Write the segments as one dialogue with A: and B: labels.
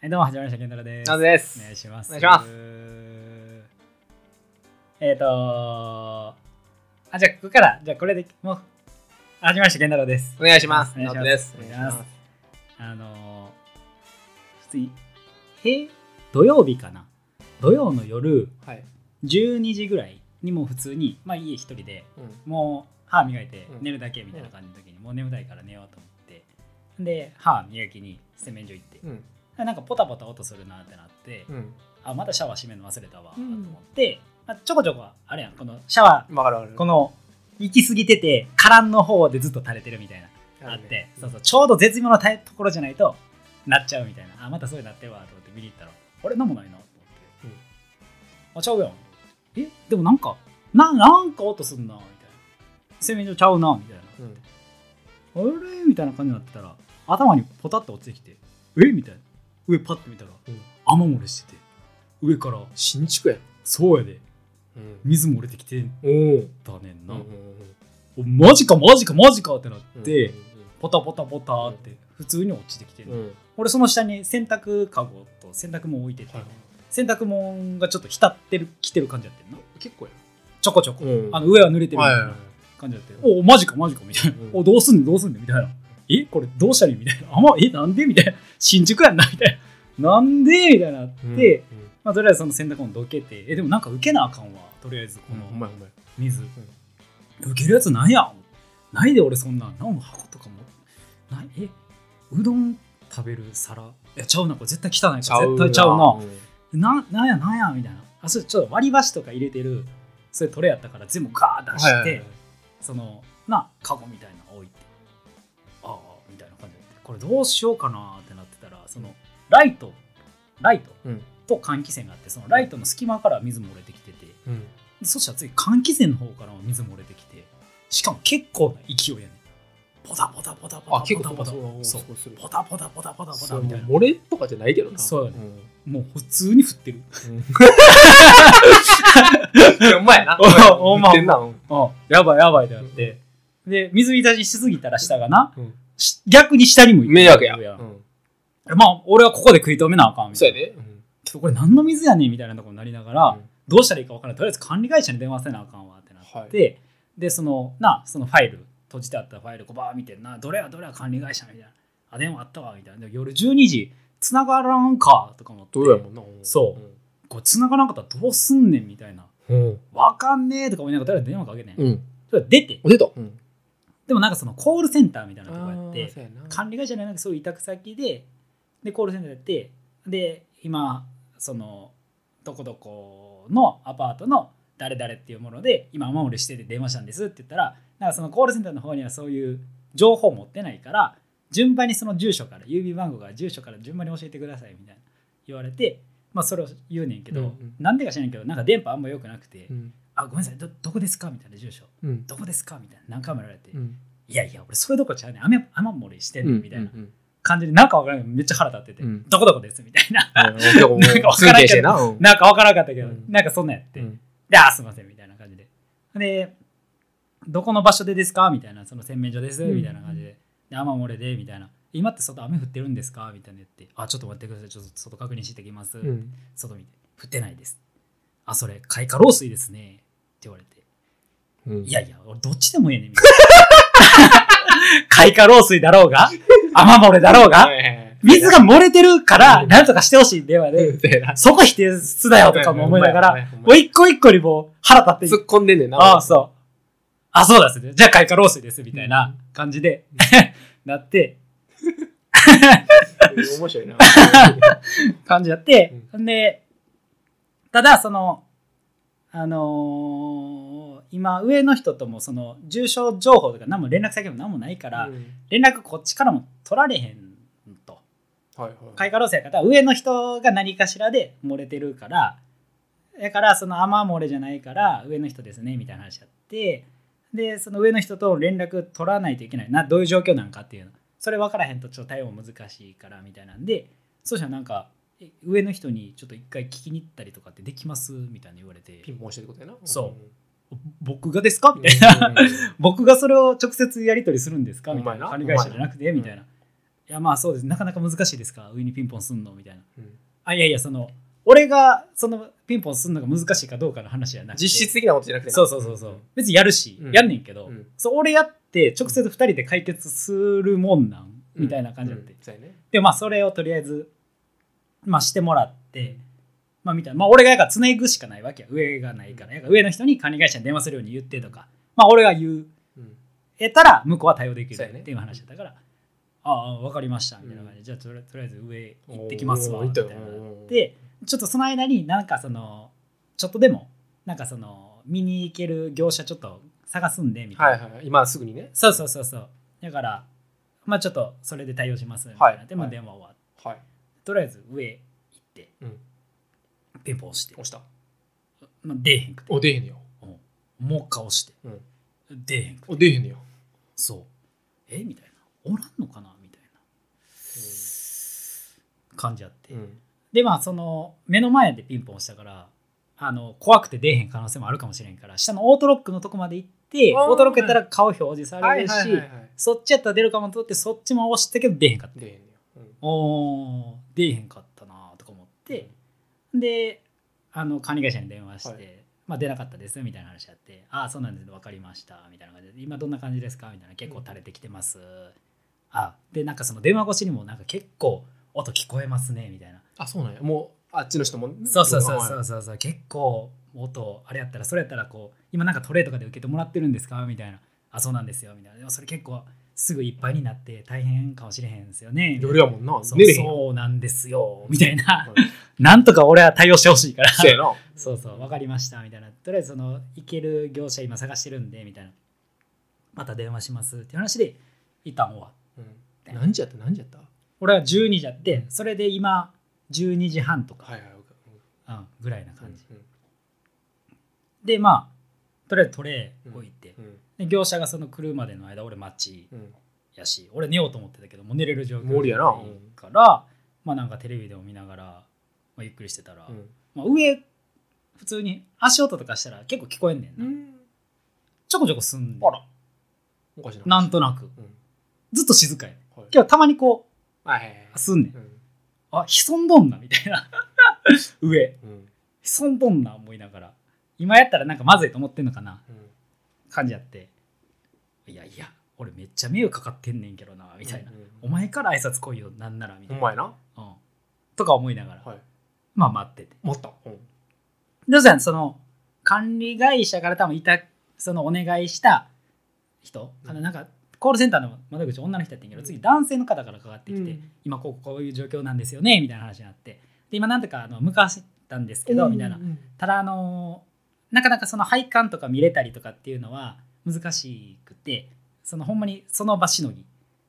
A: はい、どうも、はじめまして、健太郎です。
B: なんで
A: お願い
B: す。
A: します。
B: お願いします
A: えっ、とあ、じゃあ、ここから、じゃあ、これでもう、はじめまして、健太郎です。
B: お願いします。
A: お願いします
B: なんです。
A: お願いしますあのー、普通に、平、土曜日かな。土曜の夜、
B: はい。
A: 12時ぐらいにもう普通に、まあ、家一人で、
B: うん。
A: もう歯磨いて
B: うん
A: 寝るだけみたいな感じの時に、もう眠たいから寝ようと思ってで歯磨きに洗面所行って、
B: うん。
A: あなんかポタポタ音するなってなって、
B: うん。
A: あまたシャワー閉めるの忘れたわと
B: うん
A: 思って、まあ、ちょこちょこあれやんこのシャワ
B: わかるわかる。
A: ーこの行き過ぎててカランの方でずっと垂れてるみたいなあって、そうそうちょうど絶妙なタイところじゃないとなっちゃうみたいなあまたそういうなってるわと思って見に行ったらあれなんもないなと思って、あちゃうやんえでもなんかななんか音すんなみたいな洗面所ちゃうなみたいな
B: うん。
A: あれみたいな感じになってたら頭にポタッと落ちてきてえみたいな上パッと見たら、
B: うん
A: 雨漏れしてて上から
B: 新築や。
A: そうやで
B: うん。
A: 水漏れてきて
B: おお。
A: たねんな、おマジかマジかマジかってなって、
B: で、
A: ポタポタポタって普通に落ちてきてる、
B: うん。
A: 俺その下に洗濯かごと洗濯物置いてて、洗濯物がちょっと浸ってるきてる感じやってんな
B: 結構や。
A: ちょこちょこ、
B: うん
A: あの上は濡れてるみ
B: は
A: た
B: い
A: い
B: はい
A: な
B: はい。
A: 感じやって、おおマジかマジかみたいな、
B: うん
A: おどうすんねんどうすんねんみたいなえこれどうしたらいいみたいなあんまえなんでみたいな新宿やんなみたいななんでみたいなって、
B: うん、
A: まあ、とりあえずその洗濯物どけてえでもなんか受けなあかんわとりあえずこ
B: うん、
A: の
B: ほんまやほんまや。
A: 水、受けるやつなんやないで俺そんなん何の箱とかもないえうどん食べる皿いやちゃうなこれ絶対汚いから絶対ちゃうなななんやなんやみたいなあそれちょっと割り箸とか入れてるそれトレやったから全部ガーッ出して、
B: はいはいはい。
A: そのなカゴみたいなの置いてああみたいな感じでこれどうしようかなってなってたらそのライトライト
B: うん。
A: と換気扇があってそのライトの隙間から水漏れてきてて
B: うん。
A: そしたら次換気扇の方からも水漏れてきてしかも結構な勢いやねんポタポタポタポ
B: あ、
A: タポ
B: 結
A: タ
B: 構
A: ポタ
B: そ
A: そうう
B: する。
A: ポタポタポタポタポタみたいな
B: 漏れとかじゃないけどな。
A: もう普通に降ってる
B: うん。う まやな。んな。うん。
A: あやばいやばいってなってで水浸ししすぎたら下がなし逆に下にも行く
B: 迷惑や。
A: んまあ俺はここで食い止めなあかんみた
B: そう
A: い
B: や
A: な
B: で。
A: けどこれ何の水やねんみたいなとこになりながら、
B: うん
A: どうしたらいいか分からないとりあえず管理会社に電話せなあかんわってなって、
B: はい
A: でそのなそのファイル閉じてあったファイルこうバー見てなどれやどれや管理会社みたいなあ電話あったわみたいなで夜12時繋がらんかとか思って
B: どうやもんな。
A: こう繋がらんかったらどうすんねんみたいな
B: う。うん。
A: わかんねえとか思いながらとりあえず電話かけてん、
B: うん。
A: それ出て
B: 出た。うん。
A: でもなんかそのコールセンターみたいなとこや
B: あ
A: って
B: そうやな。
A: 管理会社のなんかそういう委託先ででコールセンターやってで今そのどこどこのアパートの誰々っていうもので今雨漏りしてて電話したんですって言ったらなんかそのコールセンターの方にはそういう情報持ってないから順番にその住所から郵便番号から住所から順番に教えてくださいみたいな言われて、まあ、それを言うねんけど、
B: うんうん
A: なんでか知らんけどなんか電波あんま良くなくて「
B: うん。
A: あごめんなさいどどこですか?」みたいな住所
B: うん
A: 「。どこですか?」みたいな何回もやられて「
B: うん。
A: いやいや俺それどころちゃうねん雨雨漏りしてんねん」みたいな。
B: うん。
A: 感じで、なんかわからんけど、めっちゃ腹立ってて、
B: うん
A: どこどこですみたいな。
B: なんか分からんけどな。
A: なんかわからんかったけど、
B: うん
A: なんかそんなんやって、
B: うん
A: で、あー、すいません、みたいな感じで。で、どこの場所でですかみたいな、その洗面所です、
B: うん
A: みたいな感じで、で雨漏れで、みたいな。今って外雨降ってるんですかみたいな言って、あ、ちょっと待ってください、ちょっと外確認してきます。
B: うん。
A: 外見て、降ってないです。あ、それ、開花漏水ですね。って言われて、
B: うん
A: いやいや、俺どっちでもええねん、みたいな。 開花漏水だろうが、雨漏れだろうが、水が漏れてるから、なんとかしてほしいんではね、そこ否定すだよとかも思いながら、もう一個一個にもう腹立ってい
B: 突
A: く、
B: っ込んでんねんな。
A: ああ、そう。あ、そうですね。じゃあ開花漏水です、みたいな感じで、 なって、
B: 面白いな。
A: 感じやって、ん、で、ただ、その、あのー今、上の人とも、その、重症情報とか、何も連絡先も何もないから、連絡こっちからも取られへんと。
B: はいはい。
A: 開花漏水やから上の人が何かしらで漏れてるからだからその雨漏れじゃないから上の人ですねみたいな話やってでその上の人と連絡取らないといけないなどういう状況なんかっていうのそれ分からへんとちょっと対応難しいからみたいなんでそうしたらなんかえ上の人にちょっと一回聞きに行ったりとかってできますみたいに言われて
B: ピンポンしてることやな。
A: 僕がですか
B: う
A: みたいな僕がそれを直接やり取りするんですかみたいな
B: お前
A: 管理
B: な
A: 会社じゃなくてみたいな。いやまあそうですなかなか難しいですか上にピンポンすんのみたいな
B: うん
A: あいやいやその俺がそのピンポンすんのが難しいかどうかの話じゃなくて
B: 実質的なことじゃなくてな
A: そうそうそうそう別にやるし、
B: うん
A: やんねんけど、
B: うん
A: そう俺やって直接2人で解決するもんなん
B: うん
A: みたいな感じだって、
B: うんそうやね
A: でまあそれをとりあえず、まあ、してもらって、まあみたいなまあ俺がやからつなぐしかないわけや上がないからやから上の人に管理会社に電話するように言ってとかまあ俺が言
B: うん
A: えたら向こうは対応できる
B: そうやね
A: っていう話だったから、ああ分かりましたみたいな感じで、じゃあとりとりあえず上行ってきますわ
B: おー
A: みたいな
B: 行ったようん
A: でちょっとその間になんかそのちょっとでもなんかその見に行ける業者ちょっと探すんでみたいな、
B: はいはい今すぐにね
A: そうそうそうそうだからまあちょっとそれで対応しますみたいな、
B: はい
A: でも
B: はい
A: 電話終わって
B: はい
A: とりあえず上行って、
B: うん
A: ピンポン押して
B: 押、した
A: まあ、出えへんくて
B: お出えへんのよ
A: もう顔して、
B: うん
A: 出えへんくて
B: お出えへんのよ
A: そうえみたいなおらんのかなみたいな感じあって、
B: うん
A: でまあその目の前でピンポン押したからあの怖くて出えへん可能性もあるかもしれんから下のオートロックのとこまで行って
B: あー
A: オートロックやったら顔表示さ
B: は
A: れ
B: い
A: るし、
B: はいはいはい
A: そっちやったら出るかもと思ってそっちも押したけど出えへんかった
B: 出えへんのようん
A: おー出えへんかったなとか思って、であの管理会社に電話して、
B: はい
A: まあ、出なかったですみたいな話あって「ああそうなんです分かりました」みたいな感じで「今どんな感じですか?」みたいな結構垂れてきてます、あでなんかその電話越しにもなんか結構音聞こえますねみたいな、
B: あそうなんやもうあっちの人も
A: そうそうそうそ
B: は
A: うそうそう結構音あれやったらそれやったらこう今なんかトレーとかで受けてもらってるんですかみたいな「あそうなんですよ」みたいな「でもそれ結構すぐいっぱいになって大変かもしれへんですよね」みたい
B: い
A: な
B: 夜やもんな
A: そう
B: 寝れへんやん
A: そうなんですよみたいな、
B: うん
A: なんとか俺は対応してほしいから
B: そうやな
A: そうそう分かりましたみたいなとりあえずその行ける業者今探してるんでみたいなまた電話しますっていう話で一旦終わって
B: うん何時やった何時やった
A: 俺は12時やってそれで今12時半とか、
B: いはい
A: うんぐらいな感じ、
B: うん
A: でまあとりあえずトレー置いて、
B: うん
A: で業者がその来るまでの間俺待ち
B: うん
A: やし俺寝ようと思ってたけどもう寝れる状況
B: 無理やな
A: じゃいからまあなんかテレビでも見ながら、まあ、ゆっくりしてたら、まあ、上普通に足音とかしたら結構聞こえんねんな、
B: うん
A: ちょこちょこすんねん
B: あらおかしいな
A: なんとなく
B: うん
A: ずっと静かやねん
B: はい
A: けどたまにこ
B: はいはいはいう
A: すんねん
B: うん
A: あ潜んどんなみたい な上
B: うん
A: 潜んどんな思いながら今やったらなんかまずいと思ってんのかな
B: うん
A: 感じやっていやいや俺めっちゃ迷惑かかってんねんけどなみたいな、
B: うんうん
A: お前から挨拶来いよなんならみた
B: ほ
A: い
B: ん
A: な、
B: まやな
A: うん、とか思いながら、
B: はい
A: まあ待ってて
B: 持ったうん
A: でさその管理会社から多分いたそのお願いした人、
B: うん
A: あのなんかコールセンターの窓口女の人やってんけど、
B: うん
A: 次男性の方からかかってきて、
B: うん
A: 今こうこういう状況なんですよねみたいな話になってで今なんとかあの向かわせたんですけど、みたいな
B: うん
A: ただあのなかなかその配管とか見れたりとかっていうのは難しくてそのほんまにその場しのぎ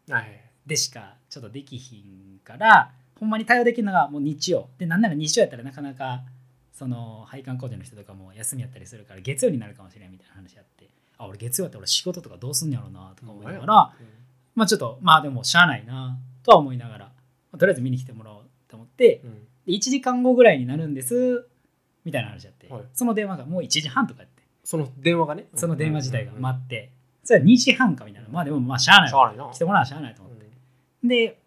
B: はいはい
A: でしかちょっとできひんからほんまに対応できるのがもう日曜でなんなら日曜やったらなかなかその配管工事の人とかも休みやったりするから月曜になるかもしれんみたいな話やってあ俺月曜やったら俺仕事とかどうすんのやろうなとか思いながらまあちょっとまあでもしゃあないなとは思いながら、まあとりあえず見に来てもらおうと思って
B: うん
A: で1時間後ぐらいになるんですみたいな話やって、
B: はい
A: その電話がもう1時半とかやって
B: その電話がね
A: その電話自体が
B: ま
A: 待ってそれは2時半かみたいなまあでもまあしゃあない
B: しゃ
A: わ
B: あないな
A: 来てもらわなしゃあないと思って。で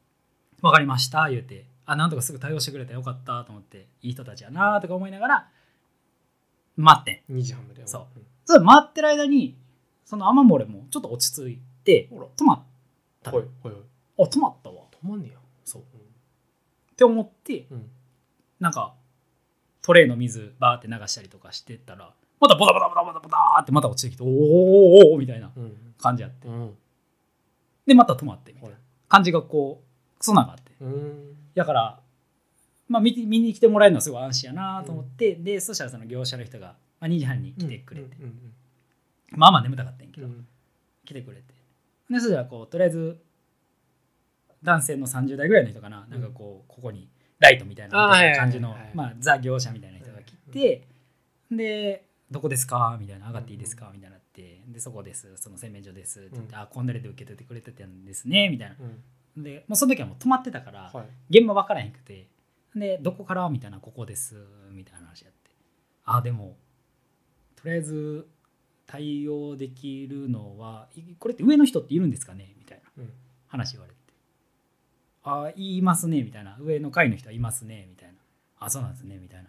A: 「分かりました」言うて「あなんとかすぐ対応してくれたよかった」と思っていい人たちやなとか思いながら待ってん
B: 2時半まで
A: そ
B: うん
A: それ待ってる間にその雨漏れもちょっと落ち着いて
B: ほら
A: 止まっ
B: はいはいはい
A: あ止まったわっ
B: 止まんねや
A: そう
B: う
A: て思って
B: んうん
A: なんかトレイの水バーって流したりとかしてたらまたボタボタボタボタボタってまた落ちてきておーおーおーおーみたいな
B: うん
A: 感じやって
B: うん
A: でまた止まってみたいな
B: はい
A: 感じがこうつながって
B: うん
A: だから、まあ、見て見に来てもらえるのはすごい安心やなと思って、でそしたらその業者の人が、まあ、2時半に来てくれて、
B: うん
A: まあまあ眠たかったんやけ
B: うんう
A: ど、
B: ん
A: 来てくれてでそしたらこうとりあえず男性の30代ぐらいの人かな、なんかこうここにライトみたいな
B: あーはいはいはい
A: 感じの、
B: はい
A: まあ、ザ業者みたいな人が来て、で「どこですか?」みたいな「上がっていいですか?」みたいなって「でそこですその洗面所です」って言って「
B: う
A: あこんなりで受け取ってくれてたんですね」みたいな
B: うん
A: でもうその時はもう止まってたから、
B: はい
A: 現場分からへんくてでどこからみたいなここですみたいな話やってあでもとりあえず対応できるのはいこれって上の人っているんですかねみたいな
B: うん
A: 話言われて「あいますね」みたいな「上の階の人はいますね」みたいな「あそうなんですね」みたいな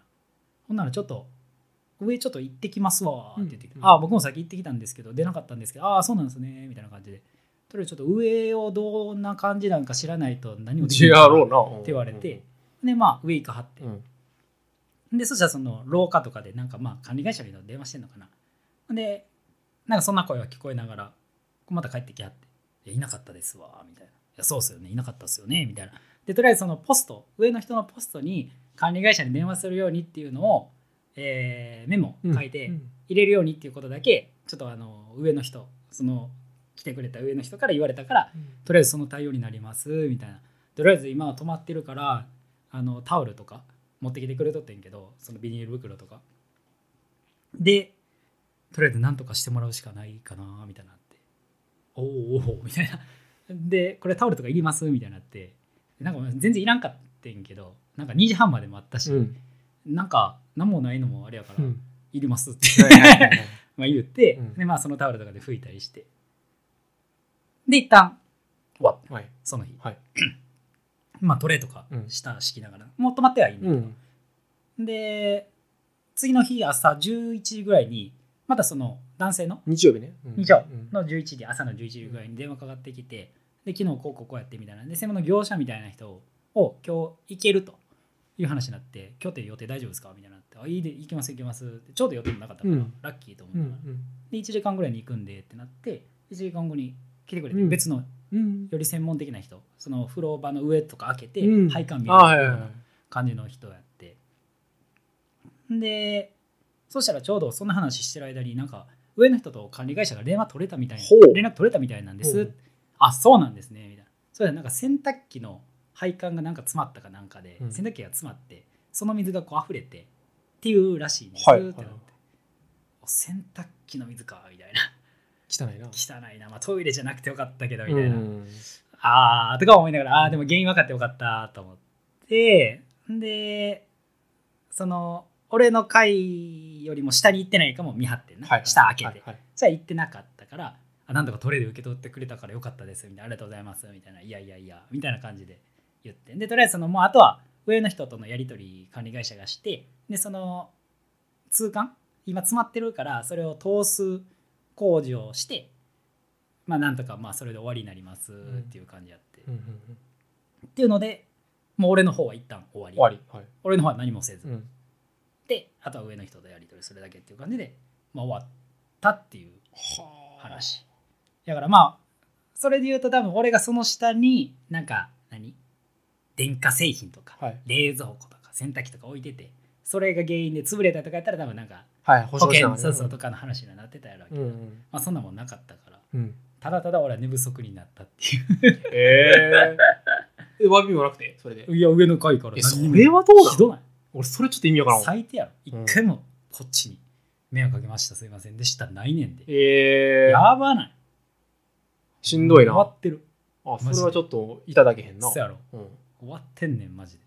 A: ほんならちょっと「上ちょっと行ってきますわ」って言ってきて「
B: うんうん
A: あ僕も先行ってきたんですけど出なかったんですけどああそうなんですね」みたいな感じでとりあえずちょっと上をどんな感じなんか知らないと何もでき
B: や
A: ない
B: ろう
A: っ
B: な。
A: て言われてでまあ上行かはって
B: うん。
A: でそしたらその廊下とかでなんかまあ管理会社に電話してんのかなでなんかそんな声が聞こえながらまた帰ってきはって「いやいなかったですわ」みたいな「いやそうっすよねいなかったっすよね」みたいなでとりあえずそのポスト上の人のポストに管理会社に電話するようにっていうのを、えーメモ書いて、
B: うん
A: 入れるようにっていうことだけちょっとあの上の人その来てくれた上の人から言われたからとりあえずその対応になりますみたいなとりあえず今は止まってるからあのタオルとか持ってきてくれとってんけどそのビニール袋とかでとりあえず何とかしてもらうしかないかなみたいなっておーおーおーみたいなでこれタオルとかいりますみたいになってなんか全然いらんかってんけどなんか2時半までもあったし、
B: うん。
A: なんか何もないのもあれやから、
B: うん。
A: いりますって
B: はいはいはいはい
A: まあ言って、
B: うん
A: でまあそのタオルとかで拭いたりしてで一旦終わった
B: はい。
A: その日、
B: はい
A: まあトレーとか
B: うん
A: した敷きながら、もう止まってはいいね、
B: うん。
A: で次の日朝11時ぐらいにまたその男性の
B: 日曜日ね。うん
A: 以上
B: うん
A: の11時朝の11時ぐらいに電話かかってきてで昨日こうこうこうやってみたいなで専門の業者みたいな人をを今日行けるという話になって今日って予定大丈夫ですかみたいになってあいいで行けます行けますってちょうど予定もなかったから、
B: うん
A: ラッキーと思っ
B: う
A: た
B: ん
A: ら、で1時間ぐらいに行くんでってなって1時間後に来てくれて、
B: うん
A: 別の
B: うん。うん。
A: より専門的な人その風呂場の上とか開けて、
B: うん
A: 配管見
B: あはい
A: る
B: はいはい。
A: 感じの人やってでそしたらちょうどそんな話してる間になんか上の人と管理会社が電話取れたみたいな
B: ほう
A: 連絡取れたみたいなんで
B: う
A: す
B: ん
A: あそうなんですねみたいなそれでなんか洗濯機の配管がなんか詰まったかなんかで、
B: うん
A: 洗濯機が詰まってその水がこう溢れてっていうらしいんです
B: はい
A: ってなって、お洗濯機の水かみたいな
B: 汚いな。
A: 汚いな、まあ、トイレじゃなくてよかったけどみ
B: う
A: たいな、
B: ん。
A: あーとか思いながらあーでも原因分かってよかったと思ってでその俺の階よりも下に行ってないかも見張ってんな、
B: はい。
A: 下開けて、
B: はいはい。
A: じゃあ行ってなかったからあなんとかトレーで受け取ってくれたからよかったですみたいなありがとうございますみたいないやいやいやみたいな感じで言ってでとりあえずそのもうあとは上の人とのやり取り管理会社がしてでその通関今詰まってるからそれを通す工事をしてまあなんとかまあそれで終わりになりますっていう感じやって、
B: うんうんうん
A: っていうのでもう俺の方は一旦終わり
B: 終わり。はい。
A: 俺の方は何もせず、
B: うん。
A: であとは上の人とやり取りするだけっていう感じで、まあ、終わったっていう話だからまあそれで言うと多分俺がその下になんか何電化製品とか
B: はい。
A: 冷蔵庫とか洗濯機とか置いててそれが原因で潰れたとかやったら多分なんか
B: はい。保
A: 保
B: 証しな
A: 険
B: がらね
A: そうそうとかの話になってたやろうけ
B: うん
A: ど、
B: うん。
A: まあ、そんなもんなかったから
B: うん。
A: ただただ俺は寝不足になったってい
B: ええ。え、詫びもなくて、それで。
A: う いや上の階から
B: え、そ
A: 何にも
B: れはどう
A: ひ
B: だ
A: どない
B: 俺、それちょっと意味わからんわ。
A: 最低やろ一
B: うん
A: 回もこっちに迷惑かけましたすいませんでしたないねんで
B: ええ。
A: やばない
B: しんどいな。
A: 終わ
B: あ、
A: ってる
B: それはちょっといただけへんな
A: そ。やろ
B: うん
A: 終わってんねんマジで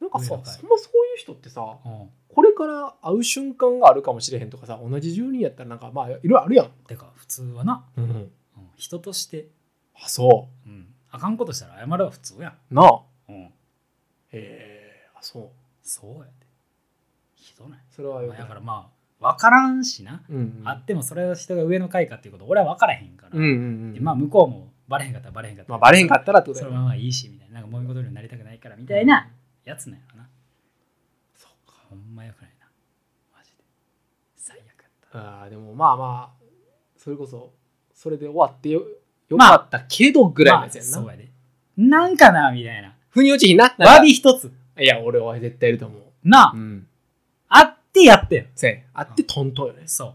B: なんかさ、そ
A: 上
B: も
A: の階
B: そもそういう人ってさ、
A: うん
B: これから会う瞬間があるかもしれへんとかさ、同じ住人やったらなんか、まあ、いろいろあるやん。
A: てか普通はな、
B: うん。
A: うん人として、
B: あ、そ
A: うん、あかんことしたら謝るは普通やん、
B: う。なあ。
A: うん、
B: へえ、あ、そう。
A: そうやでひどない、
B: それはよ
A: ま
B: く
A: あだ
B: ない
A: からまあ分からんしな、
B: うんうん。
A: あってもそれは人が上の階かっていうこと俺は分からへんから、
B: うんうん
A: で
B: うん。
A: まあ向こうもバレへんかったらバレへんかったら
B: まあ、バレへんかったらってこと
A: そ
B: だ
A: の
B: よ
A: ま
B: ね。
A: まいいしみたいななんか揉み事になりたくないからみたいな、やつなんやろな
B: そうか。
A: ほんまよくないなマジで最悪やった
B: あーでもまあまあ、それこそ、それで終わってよよかったけどぐらいのやつやんな。
A: まあそうやでなんかなみたいな
B: 腑に落ちひんな。
A: 詫び一つ
B: いや、俺は絶対いると思う。
A: なあ、
B: うん。
A: あってやってよ
B: せやあってトントンよね。
A: そ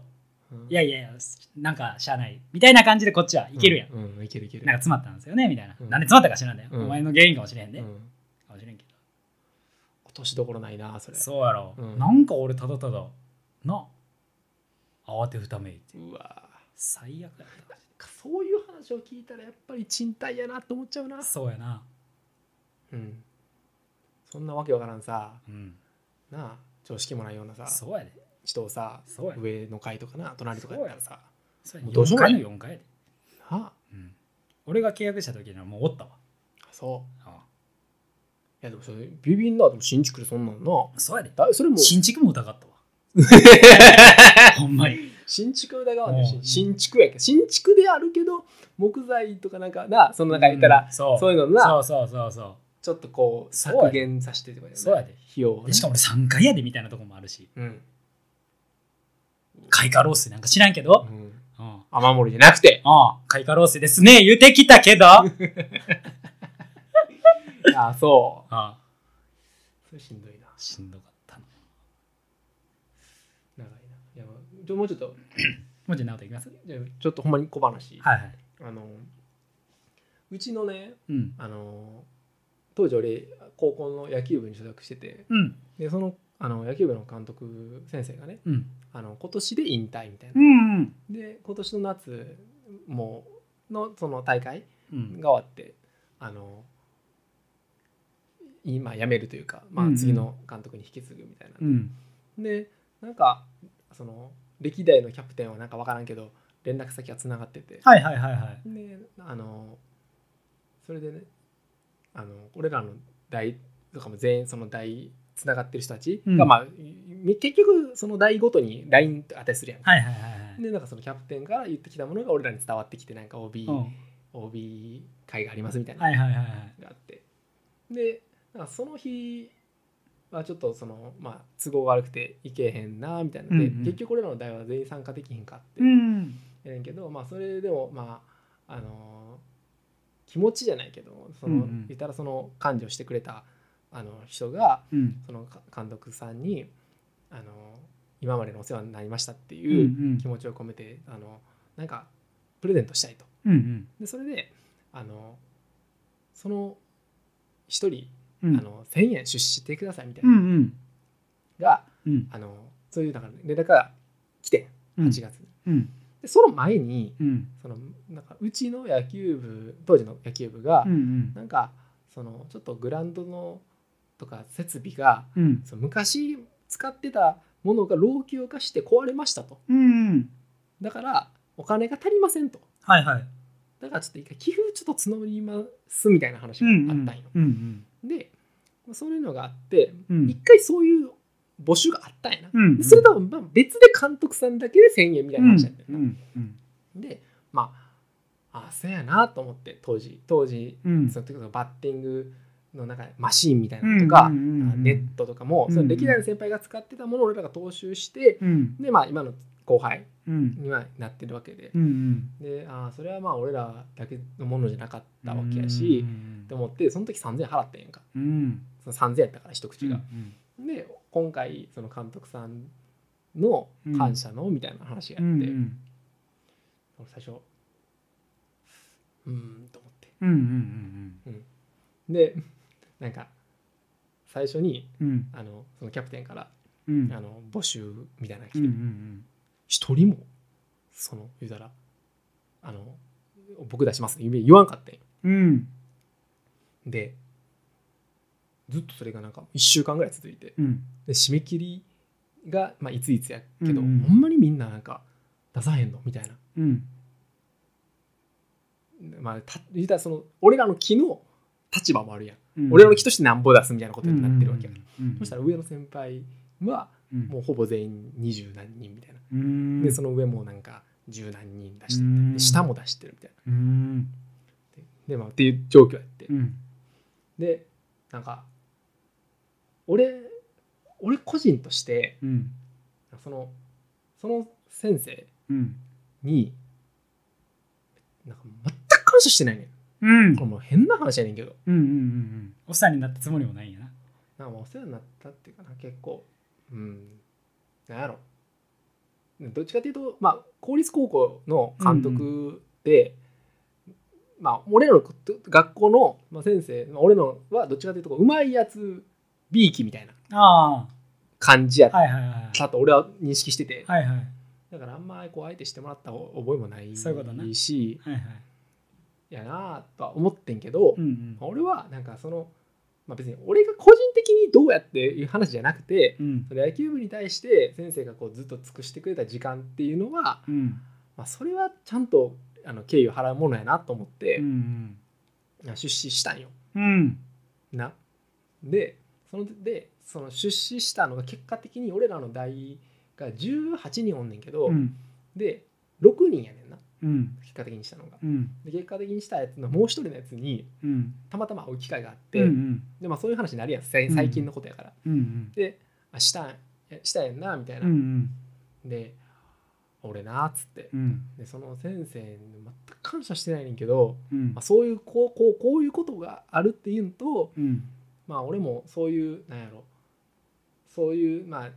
A: う
B: うん
A: いやいやいやなんかしゃあないみたいな感じでこっちはいけるやん、
B: うん、うんいけるいける。
A: なんか詰まったんですよねみたいな、
B: うん
A: なんで詰まったか知らんだよ、
B: うん
A: お前の原因かもしれへんね、
B: うん
A: かもしれんけど
B: 落としどころないな、それ。
A: そうやろ、
B: うん
A: なんか俺ただただなあ慌てふためいて
B: うわ
A: 最悪やったマジ
B: そういう話を聞いたらやっぱり賃貸やなって思っちゃうな
A: でそうやな
B: うんそんなわけわからんさ
A: うん
B: なあ常識もないようなさ
A: そうやで
B: 人をさ
A: そうや
B: 上の階とかな隣とかやったらさ
A: そうや
B: もう
A: で
B: どうしよ
A: 4
B: うもな
A: 回
B: い
A: の4回やで
B: なあ
A: うん俺が契約した時にはもうおったわ
B: そ
A: ああ
B: やでもそれビビんなでも新築でそんなんな
A: そうやで
B: だそれも
A: 新築も疑 ったわほんまに
B: 新築だ側ね
A: うん
B: 新築やけど新築であるけど木材とかなんかなその中言った
A: う
B: ら
A: ん、そう
B: そういうの
A: そ
B: な
A: うそうそうそ
B: ちょっとこう
A: そうや
B: 削減させてとかね
A: うそうやで
B: 費用を
A: で
B: ね
A: しかも俺3階やでみたいなとこもあるし
B: うん
A: 開花ロースなんか知らんけど、
B: うん
A: うん、あ
B: 雨漏りじゃなくて
A: あ開花ロースですね言うてきたけどあ
B: ああそ
A: あ
B: うそれしんどいな
A: しんどかったな
B: 長いないやまあちょもうちょっと
A: もうちょい直人いきます
B: じゃあちょっとほんまに小話、
A: はいはい
B: あのうちのね
A: うん
B: あの当時俺高校の野球部に所属してて
A: うん
B: でそのあの野球部の監督先生がね
A: うん
B: あの今年で引退みたいな
A: う、ん
B: で今年の夏もうのその大会
A: うん
B: が終わってあの今辞めるというか、ま
A: うん
B: あ
A: う、ん
B: 次の監督に引き継ぐみたいな、
A: うん
B: でなんかその歴代のキャプテンはなんか分からんけど連絡先がつながってて、
A: はいはいはいはい
B: であのそれでねあの俺らの代とかも全員その代つながってる人たちが、
A: うん
B: まあみ結局その代ごとに LINE と当てするやんか、
A: はいはいはいはい
B: でなんかそのキャプテンから言ってきたものが俺らに伝わってきてなんか OB、
A: うん
B: OB 会がありますみたいなの
A: はいはいはいはい
B: があってでなんかその日はちょっとそのまあ都合悪くて行けへんなみたいなので、
A: うんうん
B: 結局俺らの代は全員参加できへんかって、
A: うん
B: やねんけど、まあ、それでもまああのー気持ちじゃないけどその、
A: うんうん
B: 言ったらその感謝をしてくれたあの人が
A: うん
B: そのか監督さんに、あのー今までのお世話になりましたって
A: う
B: いうん気持ちを込めて、あのなんかプレゼントしたいと。
A: うん
B: でそれで、あのその一人、
A: う
B: あ
A: ん
B: の1,000円出資してくださいみたいうな、
A: ん
B: が、
A: うん
B: あのそういうだから連絡が来て
A: うん
B: 8月に。
A: うん
B: でその前に
A: うん
B: そのなんかうちの野球部当時の野球部が、
A: うんうん
B: なんかそのちょっとグラウンドのとか設備が
A: うん
B: その昔使ってたものが老朽化して壊れましたと
A: うん
B: だからお金が足りませんと
A: はいはい
B: だからちょっと一回寄付ちょっと募りますみたいな話
A: う
B: があ
A: ん
B: ったんよ、
A: うん
B: でそういうのがあって
A: う
B: 一
A: ん
B: 回そういう募集があったんやな、
A: うん
B: でそれとはまあ別で監督さんだけで1,000円みたいな話だったよな、
A: うんうん
B: でまああそうやなと思って当時当時
A: うん
B: その時のバッティングのなんかマシーンみたいなのとか、
A: うんうんうんうん
B: ネットとかも、
A: うん
B: その歴代の先輩が使ってたものを俺らが踏襲して、
A: うん
B: でまあ今の後輩
A: うん
B: にはなってるわけで、
A: うん
B: でああそれはまあ俺らだけのものじゃなかっ
A: う
B: た
A: ん
B: わけやし、
A: う
B: と
A: ん
B: 思ってその時3000円払ったんやんか
A: うん
B: その3000円やったから一口が、
A: うん
B: で今回その監督さんの感謝のみたいな話があって、
A: うん
B: 俺最初うーんと思って
A: うんうん
B: でなんか最初に
A: うんうん
B: あのそのキャプテンから、
A: うん
B: あの募集みたいなのが
A: う
B: 来
A: んう
B: て
A: ん
B: 一、人もその言うたらあの僕出します夢言わんかったんよ
A: うん
B: でずっとそれがなんか1週間ぐらい続いて
A: うん
B: で締め切りが、まあ、いついつやけど、
A: うんうん
B: ほんまにみんななんか出さへんのみたいな、
A: うん
B: まあ、た言うたらその俺らの気の立場もあるやん、
A: うん
B: 俺らの気としてなんぼ出すみたいなことになってるわけや、
A: うんうん
B: そしたら上の先輩は
A: うん
B: もうほぼ全員二十何人みたいな、
A: うん
B: でその上もなんか十何人出して
A: う
B: る、
A: ん
B: で下も出してるみたいな
A: うん
B: で、まあ、っていう状況やって、
A: うん
B: でなんか俺俺個人として
A: うん
B: そのその先生
A: うん
B: になんか全く感謝してないねん
A: うん
B: これもう変な話やねんけど
A: うんうんうんうんお世話になったつもりもないんやな
B: なんかまあお世話になったっていうかな結構うんなんやろどっちかというと、まあ、公立高校の監督で、まあ、俺らのこと学校の、まあ、先生まあ俺のはどっちかというとこううまいやつ B きみたいな
A: あ
B: 感じやっ
A: あはいはいはい
B: たと俺は認識してて、
A: はいはい
B: だからあんまりこう相手してもらった覚えもないし
A: そういうことなはいはい
B: やなあとは思ってんけど、
A: うんうん
B: 俺はなんかその、まあ、別に俺が個人的にどうやっていう話じゃなくて、
A: うん
B: その野球部に対して先生がこうずっと尽くしてくれた時間っていうのは、
A: うん
B: まあ、それはちゃんとあの敬意を払うものやなと思って
A: う、ん
B: 出資したんよ。
A: うん
B: なでそのでその出資したのが結果的に俺らの代が18人おんねんけど、
A: うん
B: で6人やねんな
A: うん
B: 結果的にしたのが。
A: うん
B: で結果的にしたやつのもう一人のやつに
A: うん
B: たまたま会う機会があって、
A: うん
B: でまあ、そういう話になるやんさい最近のことやから。
A: うんうん
B: であしたんえしたやんなみたいな。
A: うんうん
B: で俺なっつって
A: うん
B: でその先生に全く感謝してないねんけど、
A: うん
B: まあ、そういうこうこうこういうことがあるっていうのと
A: うん
B: まあ俺もそういうなんやろそういうまあ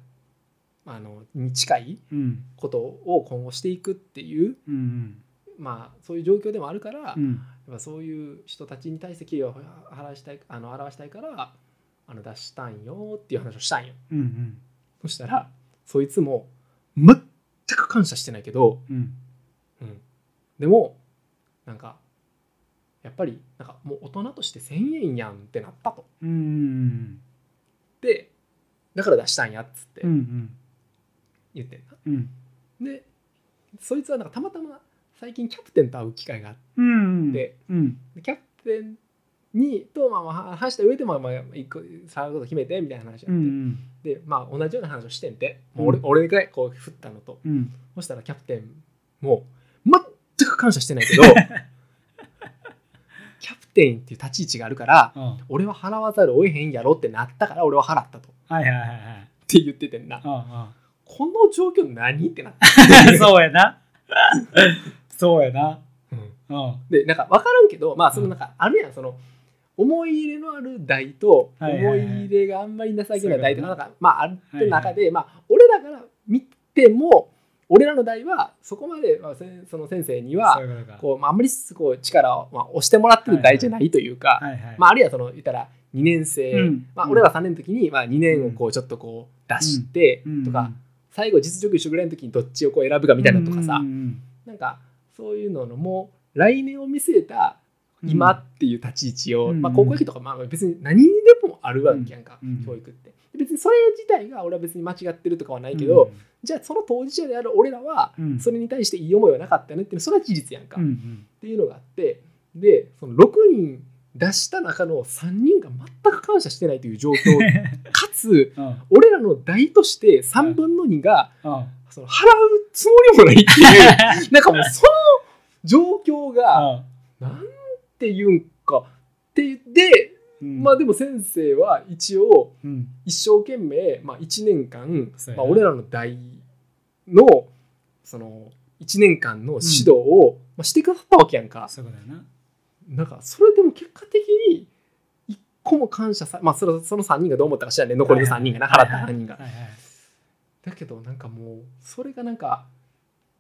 B: あのに近い
A: うん
B: ことを今後していくっていう
A: うん
B: まあそういう状況でもあるから、
A: う
B: やっ
A: ん
B: ぱそういう人たちに対して敬意を表したいあの表したいからあの出したんよっていう話をしたんよ
A: うんうん
B: そしたらそいつも全く感謝してないけど、
A: うん
B: うん、でもなんかやっぱりなんかもう大人として1,000円やんってなったと。
A: うんうん
B: でだから出したんやっつって
A: うん
B: 言ってんな。
A: うん
B: でそいつはなんかたまたま最近キャプテンと会う機会があっ
A: うん
B: て、
A: うん
B: でキャプテンにとまあまあ話した上でまあまあ一個触ること決めてみたいな話が
A: う
B: あって、
A: ん
B: でまあ同じような話をしてんてもう俺,、
A: うん
B: 俺がこう振ったのと
A: うん
B: そしたらキャプテンも全く感謝してないけ どキャプテンっていう立ち位置があるから
A: あ
B: 俺は払わざるを得へんやろってなったから俺は払ったとっ
A: はいはいはいはい
B: て言っててんな
A: あ
B: この状況何ってな った、
A: あそうやなそうやな
B: うん
A: うんは
B: でなんか分からんけどまあそのなんかあるやんその思い入れのある代と
A: はいはいは
B: 思
A: い
B: い入れがあんまり情けない代と
A: そ
B: かな
A: ういうことね
B: んかまああって中でまあ俺らから見ても俺らの代はそこまでまあせんその先生には
A: いうことか
B: こうまああんまりこう力をまあ押してもらってる代じゃないというか
A: はいはい
B: まああるいはその言ったら2年
A: う
B: 生
A: ん
B: まあ俺ら3年の時にまあ2年をこうちょっとこう出して
A: うん
B: とか最後実力一緒ぐらいの時にどっちをこう選ぶかみたいなとかさ
A: うんうん
B: なんかそういうののもう来年を見据えた
A: うん
B: 今っていう立ち位置を、
A: うん
B: まあ、高校野球とかまあ別に何にでもあるわけやんか、
A: うん
B: 教育ってで別にそれ自体が俺は別に間違ってるとかはないけど、じゃあその当事者である俺らは
A: うん
B: それに対していい思いはなかったねっていうのそれは事実やんか、
A: うんう
B: っ
A: ん
B: ていうのがあってでその6人出した中の3人が全く感謝してないという状況かつ
A: うんうん
B: 俺らの代として3分の2が
A: うん
B: その払うつもりもないって いう。なんかもうその状況がなんていうんかってで
A: うん
B: まあでも先生は一応
A: うん
B: 一生懸命、まあ、1年間、
A: そうや
B: ま
A: な
B: あ、俺らの代のその1年間の指導を、まあ、してくださったわけやんか
A: そういうことやな
B: なんかそれでも結果的に一個も感謝さ、まあ、そのその3人がどう思ったか知らんね残りの3人がな払った3人が
A: は。いはい
B: だけどなんかもうそれがなんか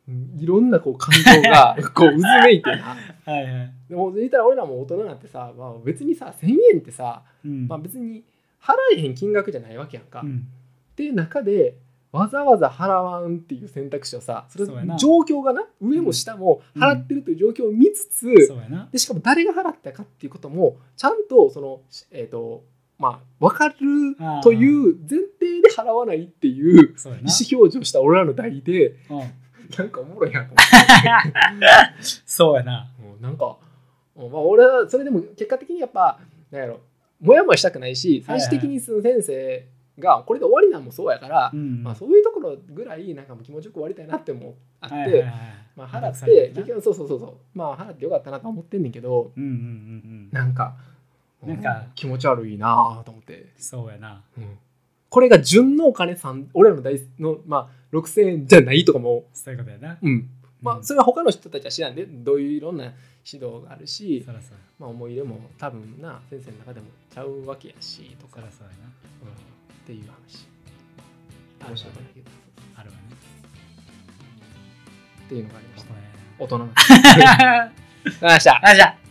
B: うんいろんなこう感情 がこう渦めいてな
A: はいはい。
B: でも言ったら俺らも大人になってさ、まあ、別にさ1,000円ってさ、
A: うん
B: まあ、別に払えへん金額じゃないわけやんか。
A: う
B: っ
A: ん
B: ていう中でわざわざ払わんっていう選択肢をさそれ
A: そうやな
B: 状況がな上も下も
A: うん
B: 払ってるという状況を見つつ、
A: そうやな。
B: でしかも誰が払ったかっていうこともちゃんとその、えーとまあ、分かる
A: あー
B: という前提で払わないっていう
A: そうや
B: 意
A: な。
B: 思表示をした俺らの代で。
A: うん
B: なんかおもろいなと思
A: そうやな。
B: ってもうなんか、うんまあ、俺はそれでも結果的にやっぱなんやろもやもやしたくないし最終的にその先生がこれで終わりなんもそうやから、
A: うん
B: まあ、そういうところぐらいなんかもう気持ちよく終わりたいなってもあって、
A: はいはいはい
B: まあ、払っ
A: そうや
B: て
A: な
B: 結局そうそうそうそうまあ払ってよかったなと思ってんねんけど
A: うんうんうんうん。
B: なんか
A: なんか
B: 気持ち悪いなと思って、
A: そうやな。
B: うんこれが純のお金さん俺らの代の、まあ、6,000円じゃないとかも、
A: そういうことやな。
B: うん、まあ、それは他の人たちは知らんでどういういろんな指導がある
A: うん
B: し
A: そ、らそうや。
B: まあ、思い入れも多分な先生の中でもちゃうわけやしと
A: そ
B: か、
A: らそうやな。
B: うんっていう話
A: あ
B: 面白いことだけど
A: あるわね。
B: っていうのがありました
A: これ
B: 大人の
A: あ
B: 話でした
A: じゃあ。